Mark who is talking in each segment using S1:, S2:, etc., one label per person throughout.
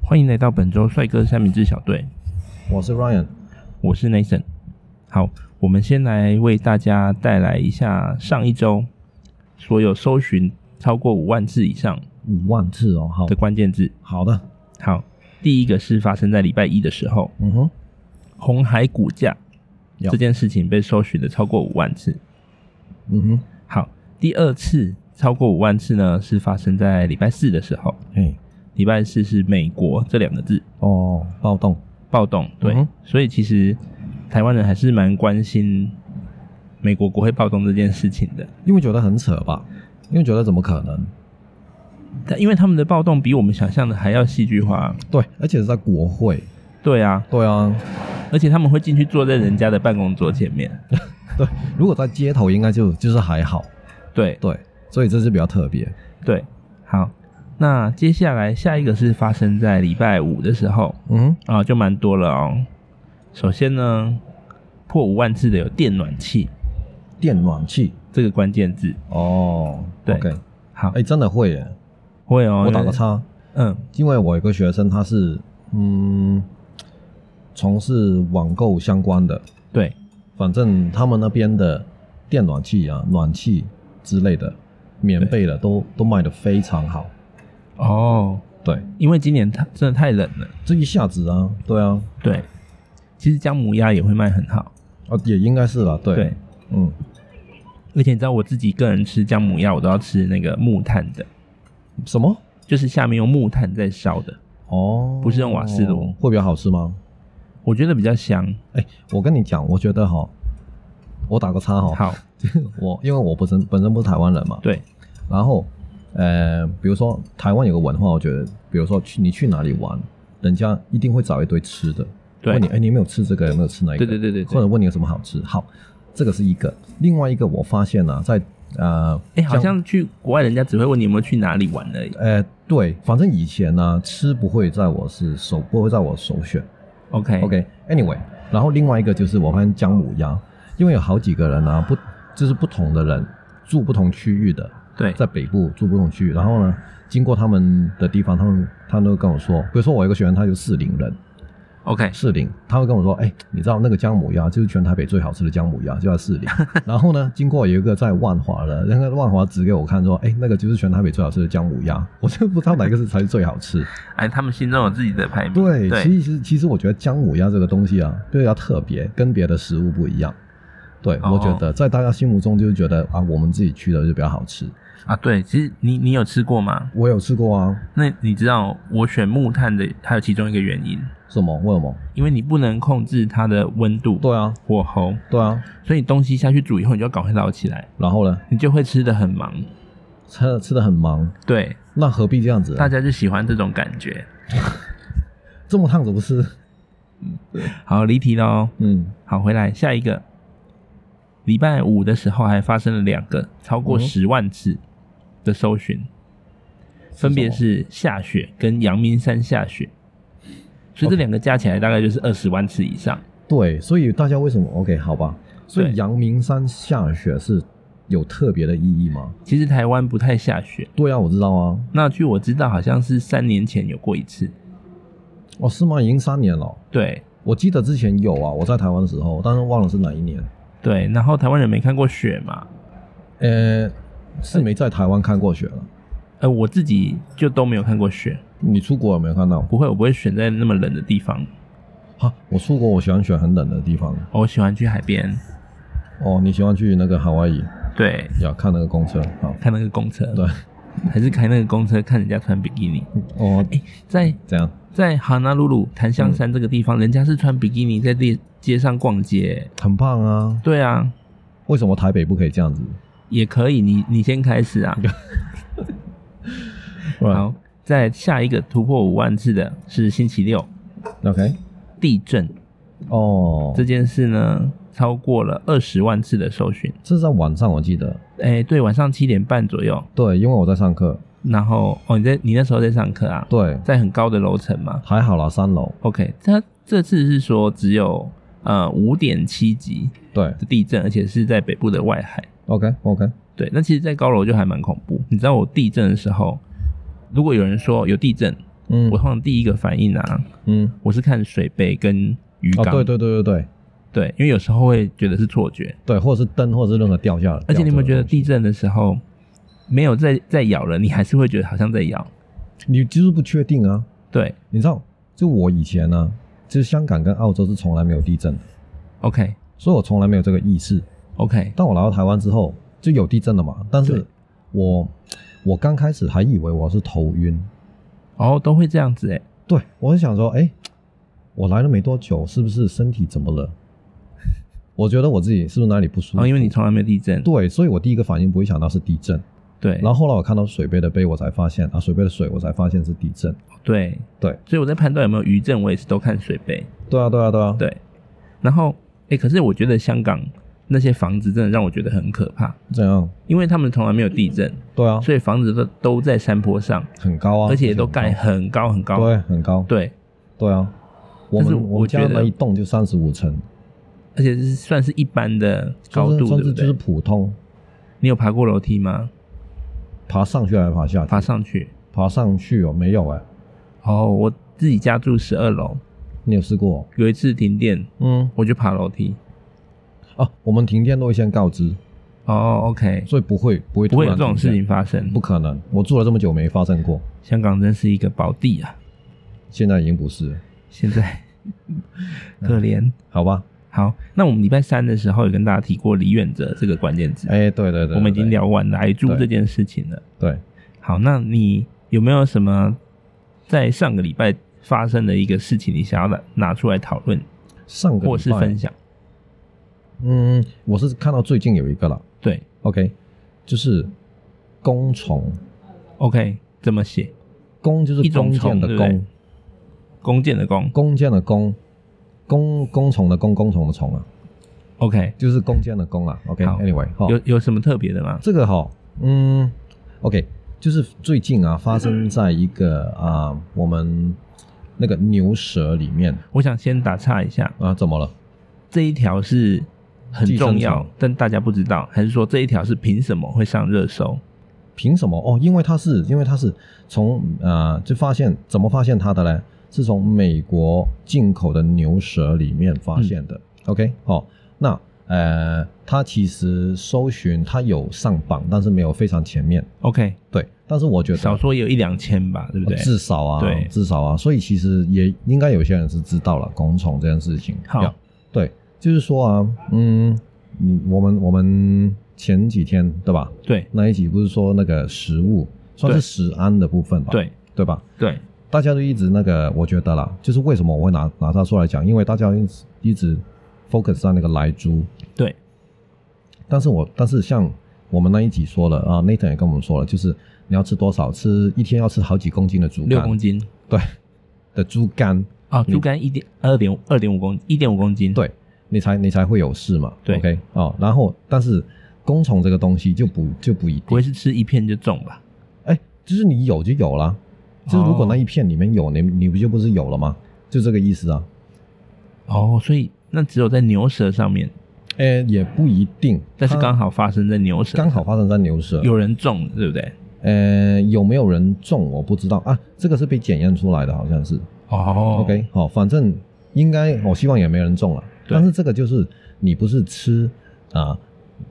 S1: 欢迎来到本周帅哥三明治小队，
S2: 我是 Ryan，
S1: 我是 Nathan。好，我们先来为大家带来一下上一周所有搜寻超过五万次以上
S2: 五万次哦，好
S1: 的关键字。
S2: 好的，
S1: 好，第一个是发生在礼拜一的时候，
S2: 嗯哼，
S1: 红海股价
S2: 有
S1: 这件事情被搜寻的超过五万次。
S2: 嗯哼，
S1: 好，第二次超过五万次呢，是发生在礼拜四的时候。
S2: 嘿，
S1: 礼拜四是美国这两个字
S2: 哦，暴动，
S1: 暴动，对，
S2: 嗯哼
S1: 所以其实台湾人还是蛮关心美国国会暴动这件事情的，
S2: 因为觉得很扯吧，因为觉得怎么可能？
S1: 但因为他们的暴动比我们想象的还要戏剧化。
S2: 对，而且是在国会，
S1: 对啊，
S2: 对啊，
S1: 而且他们会进去坐在人家的办公桌前面。
S2: 对，如果在街头应该就就是还好，
S1: 对
S2: 对，所以这是比较特别，
S1: 对，好，那接下来下一个是发生在礼拜五的时候
S2: 嗯
S1: 啊，就蛮多了哦。首先呢，破五万字的有电暖气
S2: 哼，电暖气，
S1: 这个关键字。
S2: 哦，
S1: 对
S2: o k
S1: 好
S2: 哎、，真的会耶，
S1: 会哦，
S2: 我打
S1: 因
S2: 个
S1: 为，
S2: 叉，
S1: 嗯，
S2: 因为我有个学生他是嗯从事网购相关的，
S1: 对，
S2: 反正他们那边的电暖气啊、暖气之类的、棉被的都都卖的非常好。
S1: 哦，
S2: 对，
S1: 因为今年它真的太冷了，
S2: 这一下子啊，对啊，
S1: 对。其实姜母鸭也会卖很好，
S2: 哦，也应该是啦，对，
S1: 对。
S2: 嗯，
S1: 而且你知道我自己个人吃姜母鸭，我都要吃那个木炭的，
S2: 什么？
S1: 就是下面用木炭在烧的，
S2: 哦，
S1: 不是用瓦斯炉
S2: 会比较好吃吗？
S1: 我觉得比较香。
S2: 哎，我跟你讲，我觉得哈，我打个叉哈，
S1: 好，
S2: 我因为我本身本身不是台湾人嘛，
S1: 对，
S2: 然后，呃，比如说台湾有个文化，我觉得，比如说去你去哪里玩，人家一定会找一堆吃的，
S1: 对
S2: 问你，哎，你有没有吃这个？有没有吃那个？
S1: 对对对对对
S2: 或者问你有什么好吃？好，这个是一个。另外一个，我发现呢、啊，在呃，
S1: 哎、好像去国外人家只会问你有没有去哪里玩而已。
S2: 呃，对，反正以前呢、吃不会在我是首不会在我首选。
S1: OK
S2: OK，Anyway，、然后另外一个就是我发现姜母鸭，因为有好几个人啊，不就是不同的人住不同区域的，
S1: 对
S2: 在北部住不同区域，然后呢，经过他们的地方，他们他们都跟我说，比如说我有一个学员，他就士林人，
S1: ，OK，
S2: 士林，他会跟我说，哎、你知道那个姜母鸭就是全台北最好吃的姜母鸭，就在士林。 然后呢，经过有一个在万华的，那个万华指给我看说，哎、那个就是全台北最好吃的姜母鸭， 我就不知道哪一个是才是最好 吃。
S1: 哎，他们心中有自己的排名。
S2: 对，其实其实我觉得姜母鸭这个东西啊，对要特别，跟别的食物不一样。对，
S1: 哦
S2: 我觉得在大家心目中就是觉得啊，我们自己去的就比较好吃。
S1: 啊，对，其实你你有吃过吗？
S2: 我有吃过啊，
S1: 那你知道我选木炭的，它有其中一个原因，
S2: 什么？为什么？
S1: 因为你不能控制它的温度、
S2: 对啊，
S1: 火候，
S2: 对啊。
S1: 所以东西下去煮以后，你就要赶快捞起来，
S2: 然后呢，
S1: 你就会吃的很忙。
S2: 吃得吃的很忙，
S1: 对，
S2: 那何必这样子、
S1: 大
S2: 啊？
S1: 家就喜欢这种感觉。
S2: 这么烫着不吃？
S1: 好，离题喽。
S2: 嗯，
S1: 好，回来下一个。礼拜五的时候还发生了两个超过
S2: 嗯
S1: 十万次的搜寻，分别是下雪跟阳明山下雪，所以这两个加起来大概就是二十万次以上。
S2: 对，所以大家为什么 OK？好吧，所
S1: 对
S2: 以阳明山下雪是有特别的意义吗？
S1: 其实台湾不太下雪，
S2: 对啊，我知道啊。
S1: 那据我知道好像是三年前有过一次。
S2: 哦，是吗？已经三年了，
S1: 对
S2: 我记得之前有啊，我在台湾的时候，但是忘了是哪一年。
S1: 对，然后台湾人没看过雪嘛，
S2: 呃，是没在台湾看过雪了。
S1: 呃，我自己就都没有看过雪，
S2: 你出国有没有看到？
S1: 不会，我不会选在那么冷的地方，
S2: 哈，我出国我喜欢选很冷的地方。
S1: 我喜欢去海边，
S2: 哦，你喜欢去那个夏威夷？
S1: 对，
S2: 呀，看那个公车。好，
S1: 看那个公车，
S2: 对，
S1: 还是开那个公车看人家穿比基尼。
S2: 哦，
S1: 在
S2: 怎样？
S1: 在哈纳鲁鲁檀香山这个地方，人家是穿比基尼在街街上逛街。
S2: 很棒啊！
S1: 对啊，
S2: 为什么台北不可以这样子？
S1: 也可以，你你先开始啊。
S2: 啊
S1: 好，在下一个突破五万次的是星期六
S2: ，OK。
S1: 地震
S2: 哦，
S1: 这件事呢，超过了二十万次的搜寻。
S2: 这是在晚上，我记得。
S1: 哎，对，晚上七点半左右，
S2: 对，因为我在上课。
S1: 然后哦，你在你那时候在上课啊，
S2: 对，
S1: 在很高的楼层嘛。
S2: 还好啦，三楼。
S1: OK，它这次是说只有呃五点七级，
S2: 对
S1: 的地震，而且是在北部的外海。
S2: ，OK OK。
S1: 对，那其实，在高楼就还蛮恐怖。你知道我地震的时候，如果有人说有地震，
S2: 嗯
S1: 我通常第一个反应啊，
S2: 嗯，
S1: 我是看水杯跟鱼
S2: 哦，
S1: 缸，
S2: 对对对对对
S1: 对因为有时候会觉得是错觉。
S2: 对，或者是灯，或者是任何掉下来。
S1: 而且你有没有觉得
S2: 掉下来的东西
S1: 地震的时候没有在在咬了，你还是会觉得好像在咬？
S2: 你就是不确定啊？
S1: 对
S2: 你知道，就我以前呢、就是香港跟澳洲是从来没有地震的，
S1: ，OK
S2: 所以我从来没有这个意识。
S1: OK，
S2: 但我来到台湾之后就有地震了嘛，但
S1: 对
S2: 是我我刚开始还以为我是头晕，
S1: 哦，都会这样子哎、
S2: 对我是想说，哎、我来了没多久，是不是身体怎么了？我觉得我自己是不是哪里不舒服？
S1: 哦，因为你从来没有地震，
S2: 对，所以我第一个反应不会想到是地震，
S1: 对，
S2: 然后后来我看到水杯的杯，我才发现啊，水杯的水，我才发现是地震。
S1: 对
S2: 对，
S1: 所以我在判断有没有余震，我也是都看水杯。
S2: 对啊，对啊，对啊，
S1: 对，然后哎、诶可是我觉得香港那些房子真的让我觉得很可怕，
S2: 怎样？
S1: 因为他们从来没有地震，
S2: 对啊，
S1: 所以房子都都在山坡上，
S2: 很高啊，
S1: 而且都
S2: 很
S1: 盖很高很
S2: 高
S1: 高。
S2: 对，很高，
S1: 对，
S2: 对啊。我
S1: 但是
S2: 们我
S1: 我
S2: 们
S1: 觉
S2: 家
S1: 得
S2: 那一栋就三十五层，
S1: 而且是算是一般的高
S2: 就是
S1: 度，对
S2: 甚
S1: 不
S2: 至就
S1: 对？
S2: 是普通，
S1: 你有爬过楼梯吗？
S2: 爬上去还是爬下去？
S1: 爬上去。
S2: 爬上去哦，没有哎、
S1: 哦，我自己家住十二楼，
S2: 你有试过哦、
S1: 有一次停电，
S2: 嗯，
S1: 我就爬楼梯。
S2: 哦、我们停电都会先告知，
S1: 哦，OK，
S2: 所以不会不会
S1: 不
S2: 突
S1: 会
S2: 然
S1: 有这种
S2: 停
S1: 事
S2: 电
S1: 情，发生
S2: 不。可能。我住了这么久没发生过，
S1: 香港真是一个宝地啊！
S2: 现在已经不是了，
S1: 现 在可怜。
S2: 好吧？
S1: 好，那我们礼拜三的时候有跟大家提过离远者这个关键字，
S2: 哎、对对对
S1: 我们已经
S2: 对
S1: 聊完来住
S2: 对
S1: 这件事情了。
S2: 对，
S1: 好，那你有没有什么在上个礼拜发生的一个事情，你想要拿拿出来讨论
S2: 上个
S1: 或
S2: 礼
S1: 是
S2: 拜
S1: 分享？
S2: 嗯，我是看到最近有一个了
S1: 对
S2: ，OK，就是弓虫，
S1: ，OK，怎么写？
S2: 弓就是
S1: 一种
S2: 弓箭
S1: 虫
S2: 的
S1: 对不对
S2: 弓，
S1: 弓箭的弓
S2: 弓箭的弓，弓弓虫的弓，弓虫的虫啊，
S1: ，OK，
S2: 就是弓箭的弓啊。
S1: 好
S2: OK，Anyway，、哈
S1: 有有什么特别的吗？
S2: 这个哈，嗯，OK，就是最近啊，发生在一个啊、我们那个牛舌里面
S1: 我想先打岔一下，
S2: 啊，怎么了？
S1: 这一条是很
S2: 寄生
S1: 重要
S2: 虫，
S1: 但大家不知道，还是说这一条是凭什么会上热搜？
S2: 凭什么？哦，因为它是，因为它是从呃，就发现怎么发现它的嘞？是从美国进口的牛舌里面发现
S1: 嗯
S2: 的。OK，哦，那呃，它其实搜寻它有上榜，但是没有非常前面。
S1: OK，
S2: 对，但是我觉得
S1: 少说也有一哦两千吧，对不对？
S2: 至少啊，
S1: 对
S2: 至少啊，所以其实也应该有些人是知道了拱宠这件事情。
S1: 好
S2: 要，对，就是说啊，嗯，你我们我们前几天对吧？
S1: 对
S2: 那一集不是说那个食物算是食安的部分吧？
S1: 对
S2: 对吧？
S1: 对，
S2: 大家都一直那个，我觉得啦，就是为什么我会拿拿它出来讲，因为大家一直一直 focus 在那个莱猪，
S1: 对，
S2: 但是我但是像我们那一集说了啊，Nathan 也跟我们说了，就是你要吃多少，吃一天要吃好几公斤的猪
S1: 六
S2: 肝
S1: 公，斤
S2: 对的猪肝，
S1: 啊，猪肝一点二点二点五公一点五公斤，
S2: 对你才你才会有事嘛。
S1: 对
S2: ，OK 哦，然后但是工虫这个东西就不就不一
S1: 不
S2: 定，
S1: 会是吃一片就中吧？
S2: 哎，就是你有就有啦，就是如果那一片里面有，你你不就不是有了吗？就这个意思啊。
S1: 哦，所以那只有在牛舌上面，
S2: 哎，也不一定，
S1: 呃但是
S2: 它
S1: 刚好发生在牛舌，
S2: 刚好发生在牛舌，
S1: 有人中，对不对？
S2: 呃有没有人中我不知道啊，这个是被检验出来的，好像是。
S1: 哦
S2: OK，好，反正应该我希望也没人中了。
S1: 对
S2: 但是这个就是你不是吃啊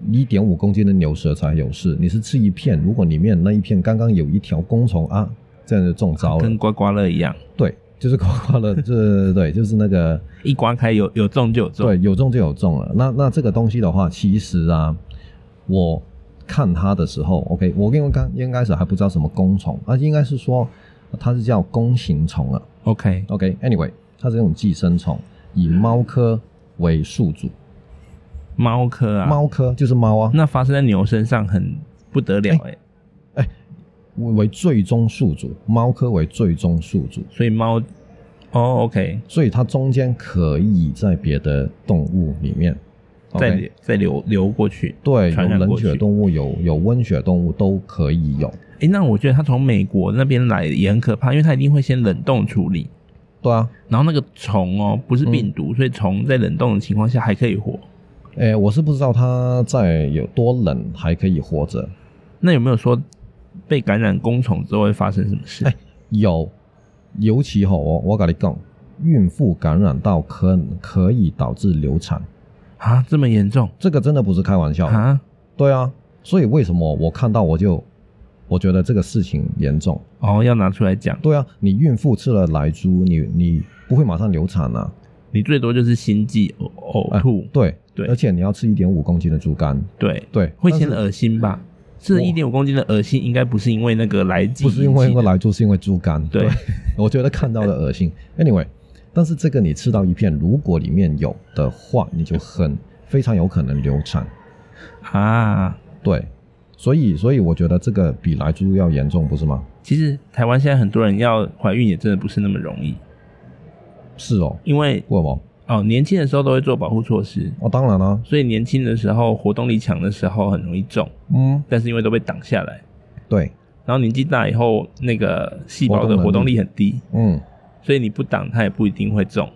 S2: 一点五公斤的牛舌才有事，你是吃一片，如果里面那一片刚刚有一条弓虫啊，这样就中招了
S1: 啊跟。刮刮乐一样，
S2: 对，就是刮刮乐，这对，就是那个
S1: 一刮开有有中就有中，
S2: 对，有中就有中了。那那这个东西的话，其实啊，我看它的时候，OK，我因为刚应该是还不知道什么弓虫，啊，应该是说它是叫弓形虫啊。
S1: o k
S2: OK，Anyway，、它是这种寄生虫，以猫科为宿主。
S1: 猫科啊，
S2: 猫科就是猫啊，
S1: 那发生在牛身上很不得了哎、
S2: 为为最终宿主，猫科为最终宿主，
S1: 所以猫，哦，OK，
S2: 所以它中间可以在别的动物里面
S1: 再
S2: OK，
S1: 流再流流过去，
S2: 对，有
S1: 传染
S2: 冷
S1: 过去
S2: 血动物，有有温血动物都可以有。
S1: 诶，那我觉得它从美国那边来也很可怕，因为它一定会先冷冻处理，
S2: 对啊，
S1: 然后那个虫哦不是病
S2: 嗯
S1: 毒，所以虫在冷冻的情况下还可以活。
S2: 诶，我是不知道它在有多冷还可以活着。
S1: 那有没有说被感染弓虫之后会发生什么事？
S2: 哎有尤其吼、哦，我跟你讲，孕妇感染到可可以导致流产，
S1: 啊，这么严重
S2: 这个真的不是开玩笑的。
S1: 啊？
S2: 对啊，所以为什么我看到我就我觉得这个事情严重？
S1: 哦，要拿出来讲，
S2: 对啊，你孕妇吃了莱猪，你你不会马上流产啊？
S1: 你最多就是心悸、呕
S2: 哎
S1: 呕吐，
S2: 对
S1: 对
S2: 而且你要吃一点五公斤的猪肝，
S1: 对，
S2: 对，
S1: 会
S2: 但
S1: 先
S2: 是
S1: 恶心吧？吃了一点五公斤的恶心，应该不是因为那个来剂
S2: 不
S1: 引起
S2: 是
S1: 的，
S2: 因为个莱猪，是因为猪肝。
S1: 对
S2: 我觉得看到的恶心。Anyway，但是这个你吃到一片，如果里面有的话，你就很非常有可能流产。
S1: 啊。
S2: 对，所以所以我觉得这个比莱猪要严重，不是吗？
S1: 其实台湾现在很多人要怀孕也真的不是那么容易，
S2: 是哦，
S1: 因为
S2: 为什么？
S1: 哦年轻的时候都会做保护措施，
S2: 哦，当然啦、啊，
S1: 所以年轻的时候活动力强的时候很容易中，
S2: 嗯，
S1: 但是因为都被挡下来，
S2: 对，
S1: 然后年纪大以后那个细胞的活动力很低，
S2: 嗯，
S1: 所以你不挡它也不一定会中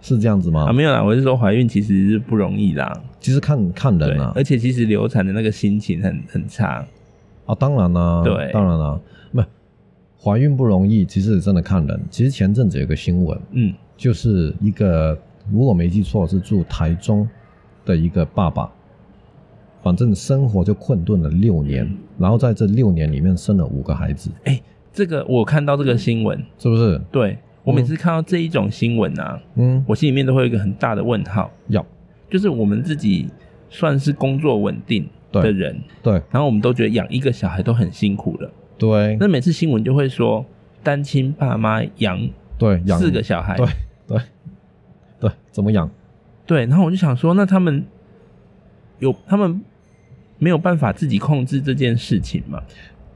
S2: 是这样子吗？
S1: 啊。没有啦，我是说怀孕其实是不容易啦，
S2: 其实看看
S1: 对
S2: 人啊，，
S1: 而且其实流产的那个心情很很差，
S2: 啊，当然啦、
S1: 对
S2: 当然啦、啊不，怀孕不容易，其实真的看人。其实前阵子有个新闻，
S1: 嗯
S2: 就是一个如果没记错是住台中的一个爸爸，反正生活就困顿了六年，然后在这六年里面生了五个孩子，
S1: 这个我看到这个新闻，
S2: 是不是？
S1: 对我每次看到这一种新闻啊，
S2: 嗯，
S1: 我心里面都会有一个很大的问号，
S2: 要
S1: 就是我们自己算是工作稳定的人，
S2: 对
S1: 然后我们都觉得养一个小孩都很辛苦了，
S2: 对
S1: 那每次新闻就会说单亲爸妈养
S2: 对，养
S1: 四个小孩，
S2: 对对对，怎么养？
S1: 对，然后我就想说，那他们有他们没有办法自己控制这件事情嘛？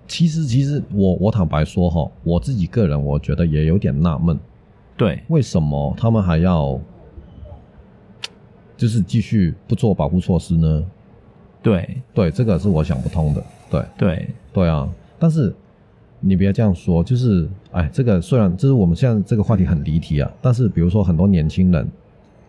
S2: 其实其实我我坦白说哈，我自己个人我觉得也有点纳闷，
S1: 对，
S2: 为什么他们还要就是继续不做保护措施呢？
S1: 对，
S2: 对，这个是我想不通的。对，
S1: 对，
S2: 对啊，但是你别这样说，就是哎，这个虽然就是我们现在这个话题很离题啊，但是比如说很多年轻人，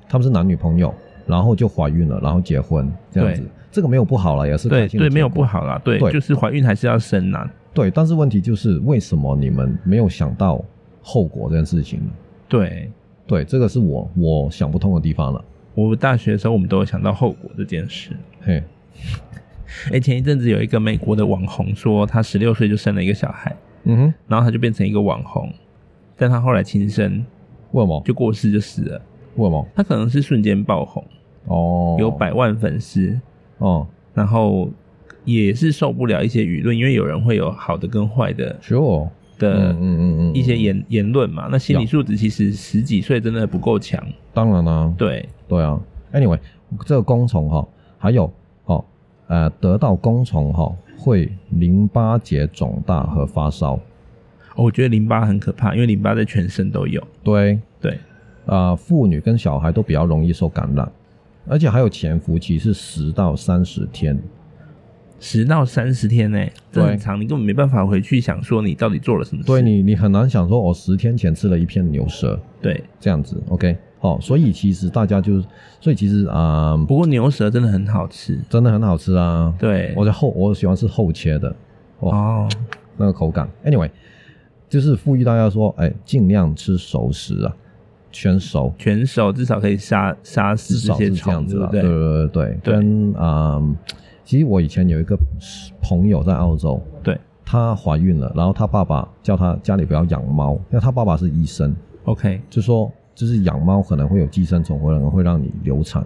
S2: 他们是男女朋友，然后就怀孕了，然后结婚这样子
S1: 对，
S2: 这个没有不好了，也是
S1: 对，
S2: 开心的
S1: 对，没有
S2: 结果
S1: 不好啦，对，
S2: 对
S1: 就是怀孕还是要生啊呐、
S2: 对，但是问题就是为什么你们没有想到后果这件事情呢？
S1: 对
S2: 对，这个是我我想不通的地方了。
S1: 我大学的时候，我们都有想到后果这件事。
S2: 嘿，
S1: 哎、前一阵子有一个美国的网红说，他十六岁就生了一个小孩，
S2: 嗯哼，
S1: 然后他就变成一个网红，但他后来轻生
S2: 为什么？
S1: 就过世就死了。
S2: 为什么？
S1: 他可能是瞬间爆红，
S2: 哦，
S1: 有百万粉丝，
S2: 哦
S1: 然后也是受不了一些舆论，因为有人会有好的跟坏的
S2: ，sure，
S1: 的
S2: 嗯嗯嗯嗯，
S1: 呃一些言言论嘛。那心理
S2: 有
S1: 素质其实十几岁真的不够强，
S2: 当然啦、
S1: 对
S2: 对啊，Anyway，这个弓虫哈，还有哦，呃，得到弓虫哈会淋巴结肿大和发烧。
S1: 哦我觉得淋巴很可怕，因为淋巴在全身都有。
S2: 对，
S1: 对，
S2: 呃，妇女跟小孩都比较容易受感染，而且还有潜伏期是十到三十天。
S1: 十到三十天呢、这
S2: 对
S1: 很长，你根本没办法回去想说你到底做了什么事。
S2: 对你，你很难想说，我、哦、十天前吃了一片牛舌
S1: 对，
S2: 这样子，OK？哦，所以其实大家就是，所以其实啊、
S1: 不过牛舌真的很好吃。
S2: 真的很好吃啊。
S1: 对，
S2: 我的厚，我喜欢吃厚切的。
S1: 哦，
S2: 那个口感。Anyway，就是呼吁大家说，哎，尽量吃熟食啊，全熟，
S1: 全熟至少可以杀杀死
S2: 至
S1: 这
S2: 少
S1: 些
S2: 是这样
S1: 虫，
S2: 子
S1: 对不
S2: 啦。
S1: 对？
S2: 对对对
S1: 对
S2: 对，跟啊、嗯其实我以前有一个朋友在澳洲，
S1: 对
S2: 她怀孕了，然后她爸爸叫她家里不要养猫，因为她爸爸是医生，
S1: ，OK，
S2: 就说就是养猫可能会有寄生虫，可能会让你流产。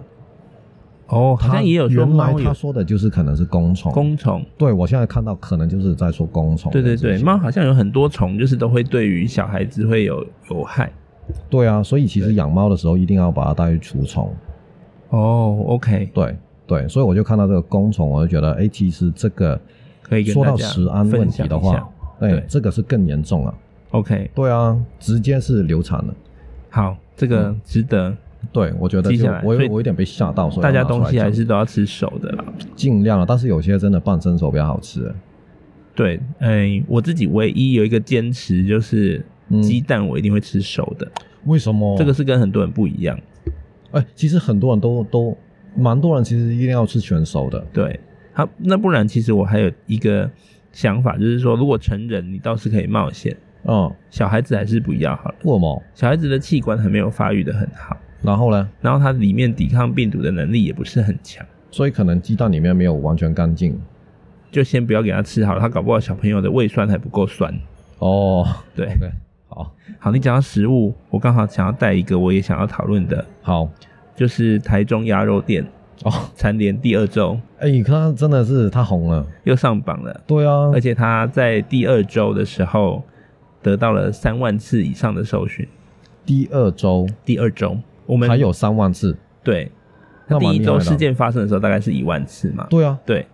S1: 哦，好
S2: 她
S1: 像也有说
S2: 原来
S1: 猫
S2: 她
S1: 有
S2: 说的就是可能是弓虫。
S1: 弓虫，
S2: 对，我现在看到可能就是在说弓虫
S1: 对
S2: 这
S1: 对
S2: 件事
S1: 对，
S2: 情。
S1: 猫好像有很多虫，就是都会对于小孩子会有有害。
S2: 对啊，所以其实养猫的时候一定要把它带去除虫。
S1: 哦，OK，
S2: 对对，所以我就看到这个弓虫，我就觉得，哎，其实这个
S1: 可以跟
S2: 说
S1: 大
S2: 到
S1: 家
S2: 食安问
S1: 分享
S2: 题的
S1: 一下
S2: 话，哎
S1: 对，
S2: 这个是更严重了。
S1: ，OK，
S2: 对啊，直接是流产了。
S1: 好，这个值得，
S2: 对，我觉得
S1: 记
S2: 就
S1: 下来所
S2: 我有
S1: 以
S2: 我有点被吓到，嗯所以
S1: 大
S2: 要
S1: 家
S2: 拿出
S1: 东
S2: 来
S1: 西还
S2: 讲
S1: 是都要吃熟的啦。
S2: 尽量了，啊但是有些真的半生熟比较好吃。
S1: 对，哎，我自己唯一有一个坚持就是
S2: 嗯哦
S1: 鸡蛋我一定会吃熟的，
S2: 为什么
S1: 这个是跟很多人不一样。
S2: 哎，其实很多人都都蛮多人其实一定要吃全熟的。
S1: 对，好，那不然其实我还有一个想法，就是说如果成人你倒是可以冒险，
S2: 嗯，
S1: 小孩子还是不要好了。
S2: 为什么？
S1: 小孩子的器官还没有发育的很好，
S2: 然后呢？
S1: 然后他里面抵抗病毒的能力也不是很强，
S2: 所以可能鸡蛋里面没有完全干净。
S1: 就先不要给他吃好了。他搞不好小朋友的胃酸还不够酸。
S2: 哦，
S1: 对，
S2: 对，好，
S1: 好，你讲到食物，我刚好想要带一个我也想要讨论的，
S2: 好，
S1: 就是台中鸭肉店
S2: 哦，
S1: 蝉联第二周
S2: 哎、他真的是他红了。
S1: 又上榜了，
S2: 对啊
S1: 而，且他在第二周的时候得到了三万次以上的搜寻。
S2: 第二周
S1: 第二周我们
S2: 还有三万次。
S1: 对，
S2: 那
S1: 第
S2: 蛮
S1: 一
S2: 厉害
S1: 周
S2: 的啊
S1: 事件发生的时候大概是一万次嘛，
S2: 对啊，
S1: 对，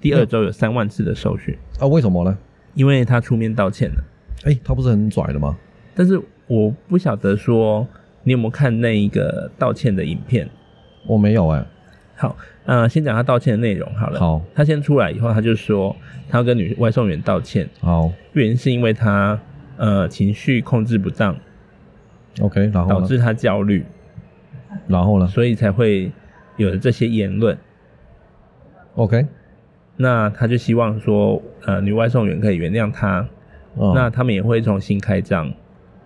S1: 第二周有三万次的搜寻，
S2: 啊，为什么呢？
S1: 因为他出面道歉了。
S2: 哎、他不是很拽的吗？
S1: 但是我不晓得说你有没有看那一个道歉的影片。
S2: 我没有哎、
S1: 好，呃，先讲他道歉的内容好了。
S2: 好，
S1: 他先出来以后，他就说他要跟女外送员道歉，
S2: 好
S1: 原因是因为他呃情绪控制不当，
S2: ，OK，然后
S1: 导
S2: 呢？
S1: 致他焦虑，
S2: 然后呢
S1: 所以才会有了这些言论。
S2: ？OK，
S1: 那他就希望说，呃，女外送员可以原谅他，
S2: 嗯，
S1: 那他们也会重新开张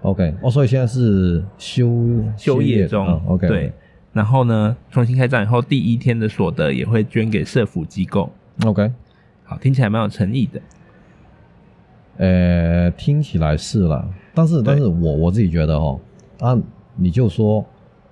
S2: OK，哦，所以现在是休
S1: 休业中。
S2: 嗯 OK，
S1: 对，然后呢，重新开张以后，第一天的所得也会捐给社福机构。
S2: ，OK，
S1: 好，听起来蛮有诚意的。
S2: 呃，听起来是了，但是
S1: 对
S2: 但是我我自己觉得哦，啊，你就说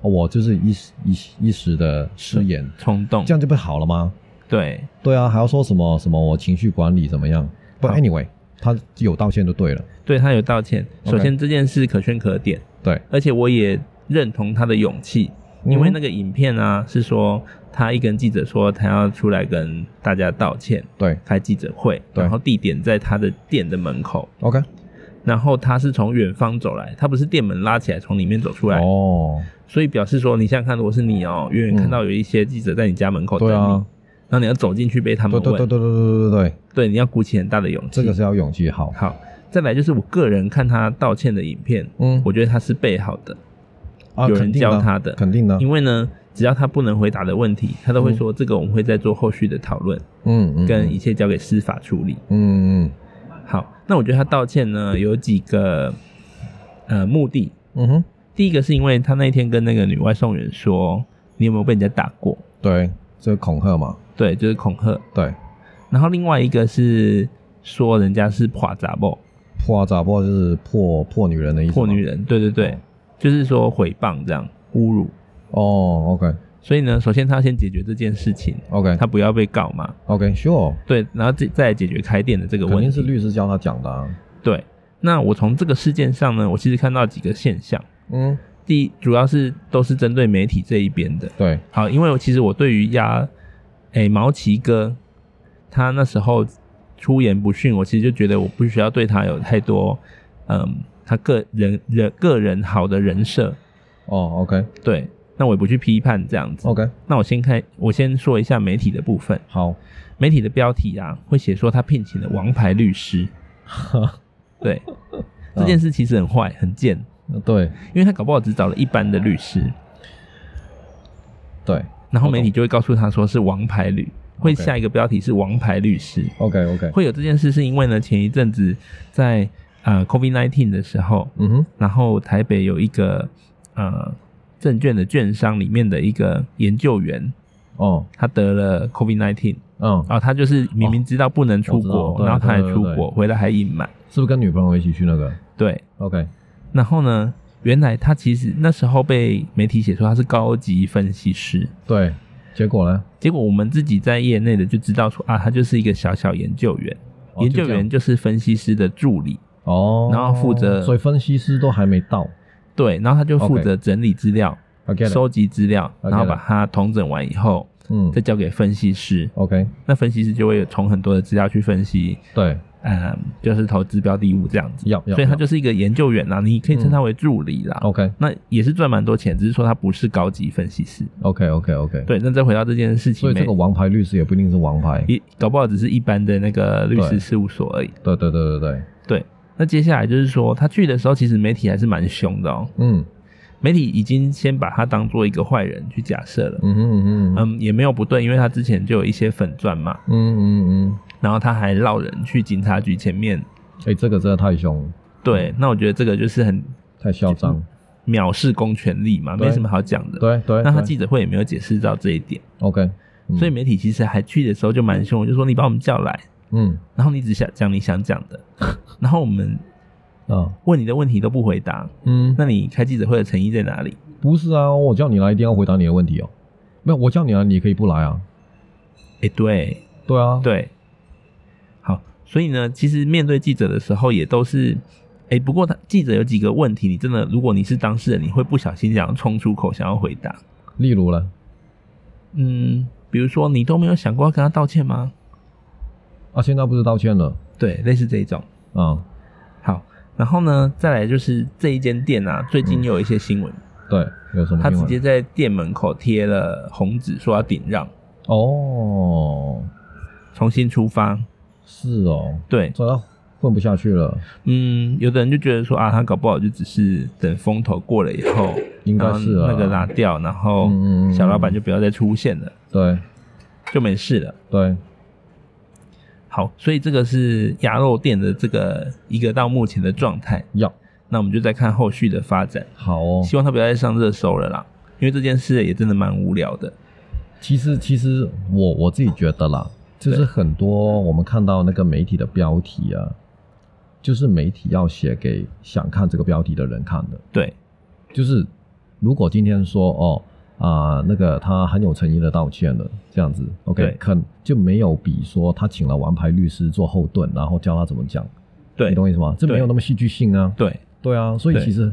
S2: 哦我就是一时一时一时的失言，
S1: 冲动
S2: 这，样就不好了吗？
S1: 对，
S2: 对啊，还要说什么什么我情绪管理怎么样？不
S1: 好
S2: ，anyway，他有道歉就对了，
S1: 对他有道歉。
S2: OK
S1: 首先这件事可圈可点，
S2: 对，
S1: 而且我也认同他的勇气，
S2: 嗯
S1: 因为那个影片啊是说他一跟记者说他要出来跟大家道歉，
S2: 对
S1: 开记者会，
S2: 对
S1: 然后地点在他的店的门口，
S2: ，OK，
S1: 然后他是从远方走来，他不是店门拉起来从里面走出来，
S2: 哦，
S1: 所以表示说你想想看，如果是你哦，远远看到有一些记者在你家门口等你，
S2: 嗯对啊，
S1: 然后你要走进去被他们
S2: 对
S1: 问，
S2: 对对对对对对对，
S1: 对你要鼓起很大的勇气。
S2: 这个是要勇气，好，
S1: 好，再来就是我个人看他道歉的影片，
S2: 嗯，
S1: 我觉得他是备好的，
S2: 啊，
S1: 有人
S2: 肯定
S1: 教
S2: 的，
S1: 他的
S2: 肯定的，
S1: 因为呢，只要他不能回答的问题，他都会说这个我们会再做后续的讨论，
S2: 嗯嗯，
S1: 跟一切交给司法处理。
S2: 嗯嗯
S1: 好，那我觉得他道歉呢有几个呃目的，
S2: 嗯哼，
S1: 第一个是因为他那一天跟那个女外送员说你有没有被人家打过，
S2: 对，这个恐吓嘛，
S1: 对，就是恐吓。
S2: 对，
S1: 然后另外一个是说人家是垮杂报
S2: 破杂破就是破破女人的意思，
S1: 破女，人，对对对，就是说诽谤这样侮辱。
S2: 哦，OK
S1: 所以呢，首先他要先解决这件事情，
S2: OK
S1: 他不要被告嘛，
S2: OK Sure，
S1: 对，然后再再来解决开店的这个
S2: 肯
S1: 问
S2: 定哦是
S1: 题。
S2: 律师教他讲的啊，
S1: 对，那我从这个事件上呢，我其实看到几个现象，
S2: 嗯，
S1: 第一主要是都是针对媒体这一边的。
S2: 对，
S1: 好，因为我其实我对于鸭，诶、毛奇哥，他那时候出言不逊，我其实就觉得我不需要对他有太多，嗯，他个人人个人好的人设，
S2: 哦，OK
S1: 对，那我也不去批判这样子。
S2: OK，
S1: 那我先看，我先说一下媒体的部分，
S2: 好，
S1: 媒体的标题啊，会写说他聘请了王牌律师， 对，这件事其实很坏，很贱，
S2: 对
S1: 因为他搞不好只找了一般的律师，
S2: 对
S1: 然后
S2: 我懂
S1: 媒体就会告诉他说是王牌律，会
S2: OK
S1: 下一个标题是王牌律师。
S2: ，OK OK，
S1: 会有这件事是因为呢，前一阵子在呃 COVID nineteen 的时候，
S2: 嗯哼，
S1: 然后台北有一个呃证券的券商里面的一个研究员，
S2: 哦，
S1: 他得了 COVID nineteen，哦
S2: 嗯，
S1: 然后他就是明明知道不能出
S2: 哦我
S1: 国，
S2: 知道
S1: 然后他还
S2: 对对
S1: 出
S2: 对
S1: 国，回来还隐瞒，
S2: 是不是跟女朋友一起去那个
S1: 对，
S2: ？OK，
S1: 然后呢？原来他其实那时候被媒体写说他是高级分析师，
S2: 对，结果呢？
S1: 结果我们自己在业内的就知道说啊，他就是一个小小研究员，
S2: 哦
S1: 研
S2: 就
S1: 究
S2: 这样
S1: 员就是分析师的助理，
S2: 哦，
S1: 然后负责
S2: 所以分析师都还没到
S1: 对，然后他就负
S2: OK 哦
S1: 责整理资料、
S2: ，OK，
S1: 收集资料，
S2: OK
S1: 然后
S2: 了
S1: 把它统整完以后，
S2: 嗯
S1: 再交给分析师。
S2: ，OK，
S1: 那分析师就会从很多的资料去分析，
S2: 对，
S1: 嗯，就是投资标的物这样子。
S2: 要要，嗯哦
S1: 所以他
S2: 要
S1: 就是一个研究员啦，你可以称他为助理啦。
S2: OK
S1: 那也是赚蛮多钱，只是说他不是高级分析师。
S2: OK OK OK，
S1: 对，那再回到这件事情
S2: 所以
S1: 没，
S2: 这个王牌律师也不一定是王牌，
S1: 也搞不好只是一般的那个律师
S2: 对
S1: 事务所而已。
S2: 对对对对对，
S1: 对，那接下来就是说，他去的时候，其实媒体还是蛮凶的哦、
S2: 嗯
S1: 媒体已经先把他当做一个坏人去假设了。
S2: 嗯哼嗯哼嗯哼
S1: 嗯，也没有不对，因为他之前就有一些粉钻嘛，
S2: 嗯嗯嗯，
S1: 然后他还绕人去警察局前面，
S2: 哎，这个真的太凶了，
S1: 对，那我觉得这个就是很
S2: 太嚣张。
S1: 藐视公权力嘛，
S2: 对
S1: 没什么好讲的。
S2: 对对，
S1: 嗯那他
S2: 对
S1: 记者会也没有解释到这一点，
S2: OK，嗯
S1: 所以媒体其实还去的时候就蛮凶，我就说你把我们叫来，
S2: 嗯
S1: 然后你只想讲你想讲的， 然后我们
S2: 啊
S1: 问你的问题都不回答，
S2: 嗯，
S1: 那你开记者会的诚意在哪里？
S2: 不是啊，我叫你来一定要回答你的问题哦。没有，我叫你来，你可以不来啊。
S1: 哎，对
S2: 对啊，
S1: 对，好，所以呢，其实面对记者的时候也都是。哎，不过他记者有几个问题，你真的，如果你是当事人，你会不小心想要冲出口，想要回答。
S2: 例如呢，
S1: 嗯，比如说你都没有想过要跟他道歉吗？
S2: 啊，现在不是道歉了
S1: 对，类似这一种。
S2: 啊？
S1: 好，然后呢，再来就是这一间店啊，最近又有一些新闻，
S2: 对，有什么
S1: 他
S2: 新
S1: 直
S2: 闻？
S1: 接在店门口贴了红纸，说要顶让，
S2: 哦，
S1: 重新出发。
S2: 是哦，
S1: 对，
S2: 所以他混不下去了，
S1: 嗯，有的人就觉得说啊，他搞不好就只是等风头过了以后，
S2: 应该是
S1: 然后
S2: 啊
S1: 那个拿掉，然后
S2: 嗯嗯嗯
S1: 小老板就不要再出现了，
S2: 对
S1: 就没事了。
S2: 对，
S1: 好，所以这个是鸭肉店的这个一个到目前的状态，
S2: 要
S1: 那我们就再看后续的发展，
S2: 好哦。
S1: 希望他不要再上热搜了啦，因为这件事也真的蛮无聊的。
S2: 其实，其实我我自己觉得啦，就是
S1: 对
S2: 很多我们看到那个媒体的标题啊，就是媒体要写给想看这个标题的人看的。
S1: 对，
S2: 就是如果今天说哦啊、那个他很有诚意的道歉了，这样子
S1: 对
S2: ，OK，肯就没有比说他请了王牌律师做后盾，然后教他怎么讲，
S1: 对
S2: 你，懂我意思吗？这
S1: 对
S2: 没有那么戏剧性啊。
S1: 对，
S2: 对啊，所以
S1: 对
S2: 其实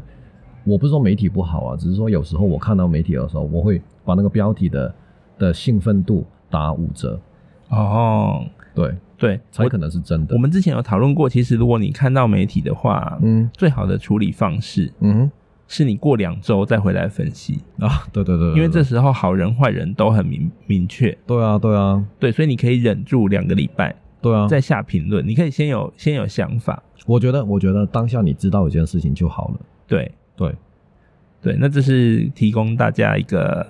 S2: 我不是说媒体不好啊，只是说有时候我看到媒体的时候，我会把那个标题的的兴奋度打五折，
S1: 哦，
S2: 对，
S1: 对，
S2: 才
S1: 我
S2: 可能是真的
S1: 我。们之前有讨论过，其实如果你看到媒体的话，
S2: 嗯
S1: 最好的处理方式
S2: 嗯
S1: 是你过两周再回来分析，哦
S2: 哼啊，对对对对
S1: 因为这
S2: 对
S1: 时候好人坏人都很明明确，
S2: 对啊对啊
S1: 对，所以你可以忍住两个礼拜
S2: 对啊，
S1: 再下评论，你可以先有先有想法，
S2: 我觉得我觉得当下你知道一件事情就好了，
S1: 对
S2: 对
S1: 对，那这是提供大家一个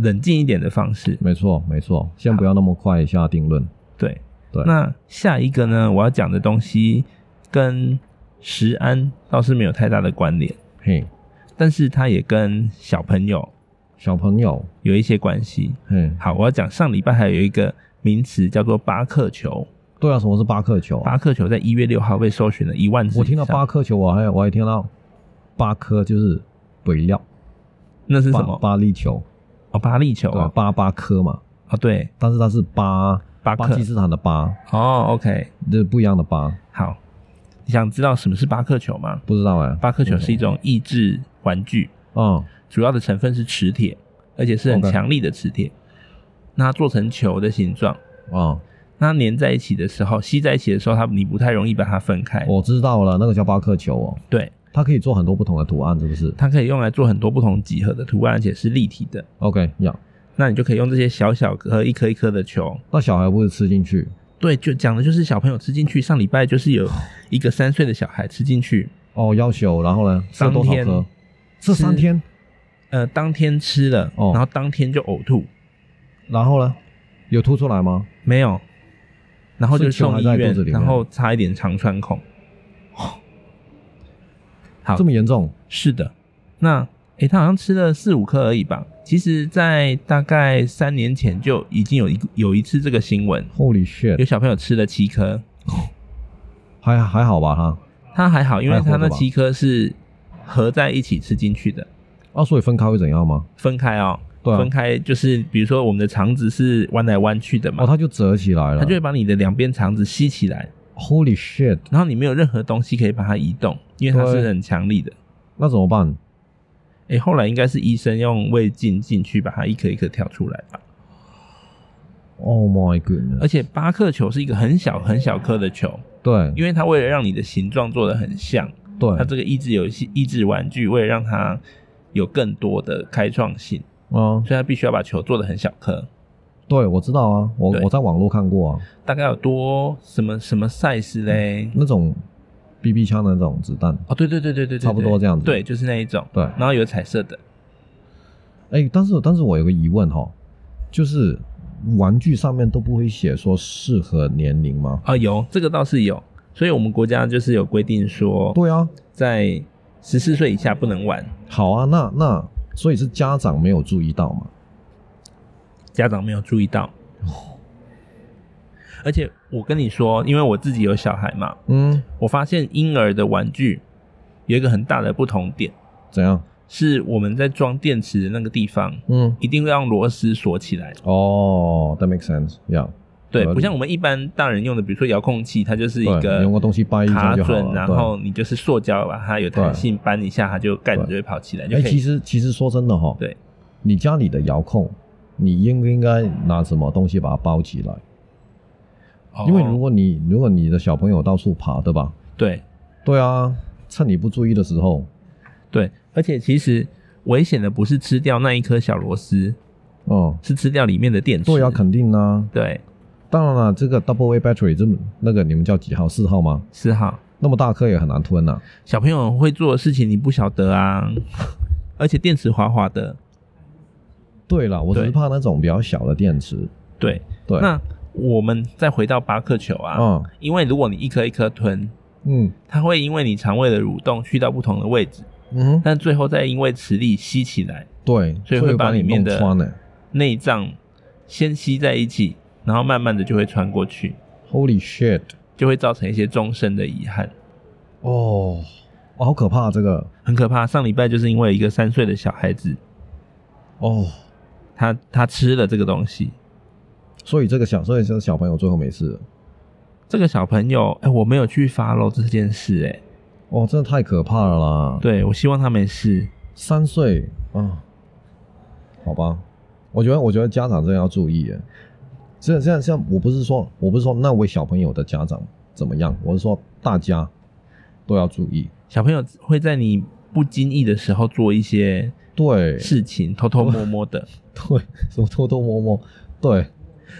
S1: 冷静一点的方式，
S2: 没错，没错，先不要那么快下定论。
S1: 对
S2: 对
S1: 那下一个呢，我要讲的东西跟食安倒是没有太大的关联。
S2: 嘿，
S1: 但是它也跟小朋友
S2: 小朋友，
S1: 有一些关系。
S2: 嘿，
S1: 好，我要讲上礼拜还有一个名词叫做巴克球，
S2: 对啊，什么是巴克球啊？
S1: 巴克球在一月六号被搜寻了一万次。
S2: 我听到巴，克球，我还我还听到巴克就是北料
S1: 那是什
S2: 巴
S1: 么？
S2: 巴粒球，
S1: 哦，巴力球
S2: 对吧？
S1: 啊，
S2: 巴巴科嘛，
S1: 哦对，
S2: 但是它是巴
S1: 巴
S2: 巴
S1: 克
S2: 基。斯坦的巴，
S1: 哦，OK，
S2: 这不一样的巴，
S1: 好，你想知道什么是巴克球吗？
S2: 不知道哎、
S1: 巴克球是一
S2: 种，
S1: 种益智玩具，
S2: 嗯，
S1: 主要的成分是磁铁，而且是很
S2: OK
S1: 强力的磁铁。那它做成球的形状，
S2: 哦，
S1: 那它粘在一起的时候，吸在一起的时候，它你不太容易把它分开。
S2: 我知道了，那个叫巴克球哦，
S1: 对，
S2: 它可以做很多不同的图案，是不是
S1: 它可以用来做很多不同几何的图案，而且是立体的。
S2: ？OK，呀、
S1: 那你就可以用这些小小颗、一颗一颗的球。
S2: 那小孩不是吃进去
S1: 对，就讲的就是小朋友吃进去。上礼拜就是有一个三岁的小孩吃进去，
S2: 哦，要求，然后呢，吃了
S1: 当
S2: 多少
S1: 天
S2: 颗？这
S1: 吃
S2: 三天，
S1: 呃，当天吃了，
S2: 哦
S1: 然后当天就呕吐，
S2: 然后呢，有吐出来吗？
S1: 没有，然后就是
S2: 球
S1: 送
S2: 还
S1: 医
S2: 在
S1: 院
S2: 肚子，里面
S1: 然后差一点肠穿孔。好
S2: 这么严重？
S1: 是的，那诶、他好像吃了四五颗而已吧。其实，在大概三年前就已经有一有一次这个新闻，
S2: Holy
S1: 有
S2: shit！
S1: 小朋友吃了七颗，
S2: 还还好吧哈，
S1: 它还好，因为
S2: 还活
S1: 它
S2: 着
S1: 那
S2: 吧
S1: 七颗是合在一起吃进去的，
S2: 啊，所以分开会怎样吗？
S1: 分开哦，
S2: 对啊
S1: 分开就是比如说我们的肠子是弯来弯去的嘛，
S2: 哦，它就折起来了。
S1: 它就会把你的两边肠子吸起来，
S2: Holy shit！
S1: 然后你没有任何东西可以把它移动，因为它
S2: 对
S1: 是很强力的。
S2: 那怎么办
S1: 哎、后来应该是医生用胃镜进去把它一颗一颗挑出来吧。
S2: ？Oh my
S1: 而
S2: goodness！
S1: 且巴克球是一个很小很小颗的球，
S2: 对
S1: 因为它为了让你的形状做的很像，它
S2: 对，
S1: 这个益智游戏、益智玩具为了让它有更多的开创性，
S2: 啊，
S1: 所以它必须要把球做的很小颗。
S2: 对，我知道啊，我
S1: 对
S2: 我在网络看过啊，
S1: 大概有多什么什么 size 嘞？
S2: 那种 BB 枪的那种子弹。
S1: 哦，对对对对对，对
S2: 差不多这样子
S1: 对，就是那一种。
S2: 对
S1: 然后有彩色的，
S2: 哎，但是但是我有个疑问哈，就是玩具上面都不会写说适合年龄吗？
S1: 哦啊、有这个倒是有，所以我们国家就是有规定说，
S2: 对啊，
S1: 在十四岁以下不能玩，
S2: 好啊，那那所以是家长没有注意到嘛？
S1: 家长没有注意到。
S2: 哦
S1: 而且我跟你说，因为我自己有小孩嘛，
S2: 嗯，
S1: 我发现婴儿的玩具有一个很大的不同点，
S2: 怎样？
S1: 是我们在装电池的那个地方
S2: 嗯，
S1: 一定要用螺丝锁起来。
S2: 哦、t h a t makes sense，yeah，
S1: 对，
S2: 合理
S1: 不像我们一般大人用的，比如说遥控器，它就是一
S2: 对你用
S1: 个
S2: 个东西掰一下
S1: 卡
S2: 就好
S1: 准，
S2: 了。
S1: 然
S2: 对
S1: 后你就是塑胶把它有弹性扳一下，它就盖子就会跑起来，就
S2: 哎、
S1: 可
S2: 其
S1: 以。
S2: 实其实说真的哈，
S1: 对，
S2: 你家里的遥控，你应不应该拿什么东西把它包起来？因为如
S1: 哦
S2: 果你如果你的小朋友到处爬，对吧？
S1: 对
S2: 对啊，趁你不注意的时候，
S1: 对，而且其实危险的不是吃掉那一颗小螺丝，
S2: 哦、
S1: 是吃掉里面的电池。
S2: 对啊，肯定啊。
S1: 对
S2: 当然了，这个 double A battery 这么那个你们叫几号？四号吗？
S1: 是哈。
S2: 那么大颗也很难吞呐、啊。
S1: 小朋友会做的事情你不晓得啊，而且电池滑滑的。
S2: 对了，我只是
S1: 对
S2: 怕那种比较小的电池。
S1: 对，
S2: 对，
S1: 那我们再回到巴克球啊，
S2: 嗯
S1: 因为如果你一颗一颗吞，
S2: 嗯
S1: 它会因为你肠胃的蠕动去到不同的位置，
S2: 嗯哼，
S1: 但最后再因为磁力吸起来，
S2: 对，
S1: 所以会把
S2: 把
S1: 里
S2: 你
S1: 面
S2: 弄
S1: 的
S2: 穿呢、
S1: 内脏先吸在一起，然后慢慢的就会穿过去，
S2: Holy shit！
S1: 就会造成一些终身的遗憾，
S2: 哦，好可怕这个
S1: 很可怕。上礼拜就是因为一个三岁的小孩子，
S2: 哦。
S1: 他他吃了这个东西，
S2: 所以这个小，所以这个小朋友最后没事了。
S1: 这个小朋友，哎、我没有去 follow 这件事、哎，
S2: 哦，真的太可怕了啦！，
S1: 对我希望他没事。
S2: 三岁啊，好吧，我觉得我觉得家长真的要注意耶。这这样像我不是说我不是说那位小朋友的家长怎么样，我是说大家都要注意。
S1: 小朋友会在你不经意的时候做一些
S2: 对，
S1: 事情，偷偷摸摸的。
S2: 对，什么偷偷摸摸，对，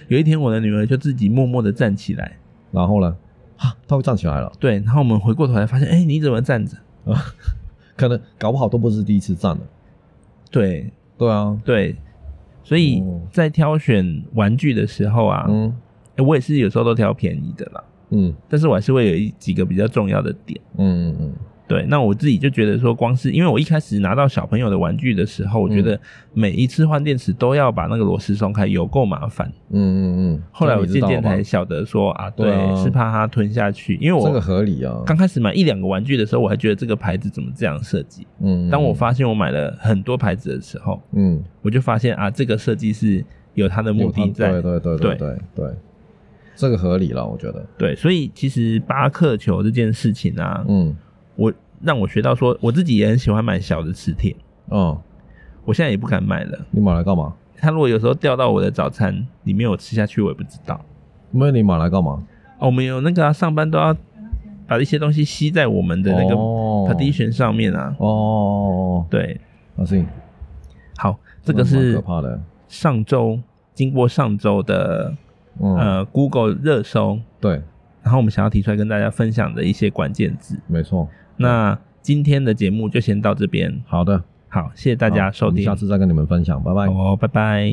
S1: 有一天，我的女儿就自己默默的站起来，
S2: 然后呢，啊，他会站起来了，
S1: 对，然后我们回过头来发现，哎、你怎么站着？
S2: 可能搞不好都不是第一次站了。
S1: 对
S2: 对啊，
S1: 对，所以
S2: 哦
S1: 在挑选玩具的时候啊、
S2: 嗯
S1: 诶我也是有时候都挑便宜的啦，
S2: 嗯
S1: 但是我还是会有一几个比较重要的点。
S2: 嗯嗯嗯，
S1: 对，那我自己就觉得说，光是因为我一开始拿到小朋友的玩具的时候，
S2: 嗯
S1: 我觉得每一次换电池都要把那个螺丝松开，有够麻烦。
S2: 嗯嗯嗯。
S1: 后来我渐渐
S2: 这个
S1: 才
S2: 你知
S1: 晓得说啊，对，
S2: 对啊
S1: 是怕它吞下去，因为
S2: 道吧这个
S1: 我
S2: 合理啊。
S1: 刚开始买一两个玩具的时候，我还觉得这个牌子怎么这样设计。
S2: 嗯，
S1: 当我发现我买了很多牌子的时候，
S2: 嗯
S1: 我就发现啊，这个设计是有它的目的在。
S2: 对对对
S1: 对
S2: 对对对，这个合理了，我觉得。
S1: 对所以其实巴克球这件事情啊，
S2: 嗯
S1: 我让我学到说，我自己也很喜欢买小的磁铁，
S2: 哦，
S1: 我现在也不敢买了。
S2: 你买来干嘛？
S1: 它如果有时候掉到我的早餐里面，我吃下去我也不知道。
S2: 没有，你买来干嘛？
S1: 哦、我们有那个啊、上班都要把一些东西吸在我们的那个
S2: 哦
S1: partition 上面啊。
S2: 哦哦哦
S1: 对，
S2: 哦，啊行，
S1: 好，这个
S2: 蛮可
S1: 是
S2: 怕的。
S1: 上周经过上周的
S2: 嗯，
S1: 呃 Google 热搜，
S2: 对，
S1: 然后我们想要提出来跟大家分享的一些关键字。
S2: 没错。
S1: 那今天的节目就先到这边，
S2: 好的，
S1: 好，谢谢大
S2: 大
S1: 家收听，
S2: 下次再跟你们分享，拜拜。
S1: 哦，拜拜。